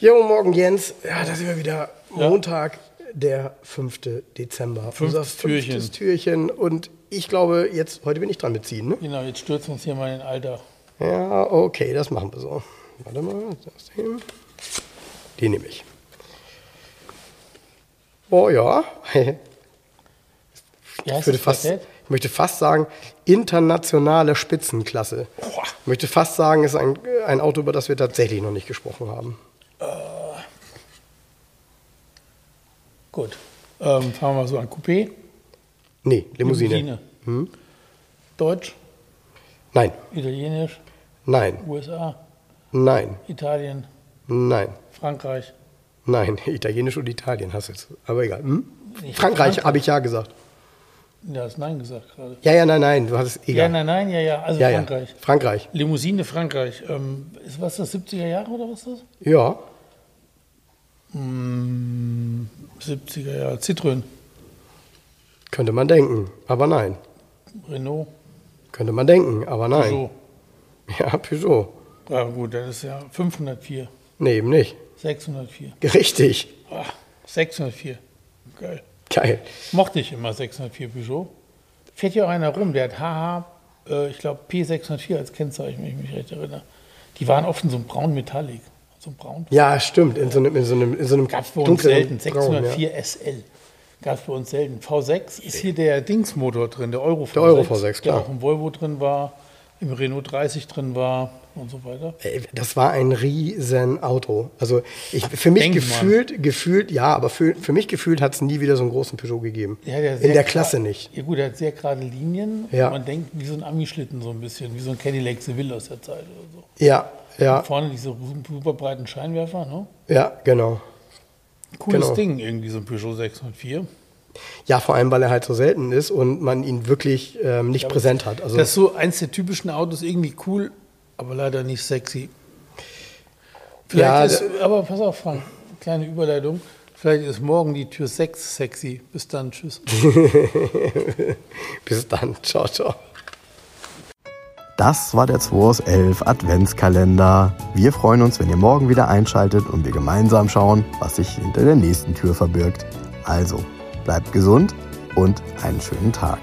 Jo, morgen Jens. Ja, da sind wir wieder. Montag, der 5. Dezember. Fünftes Türchen. fünftes Türchen. Und ich glaube, jetzt, heute bin ich dran mitziehen, ne? Genau, jetzt stürzen wir uns hier mal in den Alter. Ja, okay, das machen wir so. Warte mal, das hin. Die nehme ich. Oh ja, ich, Wie heißt würde das fast, Quartett? ich möchte fast sagen, internationale Spitzenklasse. Ich möchte fast sagen, es ist ein, ein Auto, über das wir tatsächlich noch nicht gesprochen haben. Gut. Ähm, fangen wir mal so an. Coupé, Nee, Limousine. Hm? Limousine. Deutsch, Nein, Italienisch, nein, USA, nein, Italien, nein, Frankreich. nein. Italienisch und Italien hast du jetzt. Aber egal. Hm? Nee, Frankreich habe ich ja gesagt. Du hast Nein gesagt gerade. Ja, ja, nein, nein, du hattest Ja, egal. nein, nein, ja, ja. Also ja, ja. Frankreich. Frankreich. Limousine Frankreich. Ähm, ist was das 70er Jahre oder was das? Ja, 70er Hm, Jahre. Citroën, könnte man denken, aber nein. Renault, Könnte man denken, aber nein. Peugeot. Ja, Peugeot. Ja gut, das ist ja 504, Nee, eben nicht. 604. Richtig. Ah, 604. Geil. Geil. Mochte ich immer 604 Peugeot. Fährt hier auch einer rum, der hat HH, äh, ich glaube P604 als Kennzeichen, wenn ich mich recht erinnere. Die waren oft in so einem braun Metallic. So einem braun. Ja, stimmt. In so einem, in so einem, in so einem Gab es bei uns dunklen selten. Braun, 604 SL. Gab es bei uns selten. V6 ist hier der Dingsmotor drin, der Euro V6. Der Euro V6, klar. Der auch im Volvo drin war, im Renault 30 drin war und so weiter. ja. Ey, Das war ein riesen Auto. Also ich, für mich Denkmal. gefühlt, gefühlt, ja, aber für, für mich gefühlt hat es nie wieder so einen großen Peugeot gegeben. Der hat ja sehr in der gra- Klasse nicht. Ja gut, er hat sehr gerade Linien. Ja. Man denkt, wie so ein Ami-Schlitten so ein bisschen, wie so ein Cadillac Seville aus der Zeit oder so. Ja, ja, Vorne diese super breiten Scheinwerfer, ne? ja, genau. Cooles Genau. Ding, irgendwie so ein Peugeot 604. Ja, vor allem, weil er halt so selten ist und man ihn wirklich ähm, nicht präsent hat. Also das ist so eins der typischen Autos, irgendwie cool, aber leider nicht sexy. Vielleicht Ja, ist, aber pass auf, Frank, kleine Überleitung. Vielleicht ist morgen die Tür 6 sexy. Bis dann, tschüss. bis dann. Ciao, ciao. Das war der 2 aus 11 Adventskalender. Wir freuen uns, wenn ihr morgen wieder einschaltet und wir gemeinsam schauen, was sich hinter der nächsten Tür verbirgt. Also, bleibt gesund und einen schönen Tag.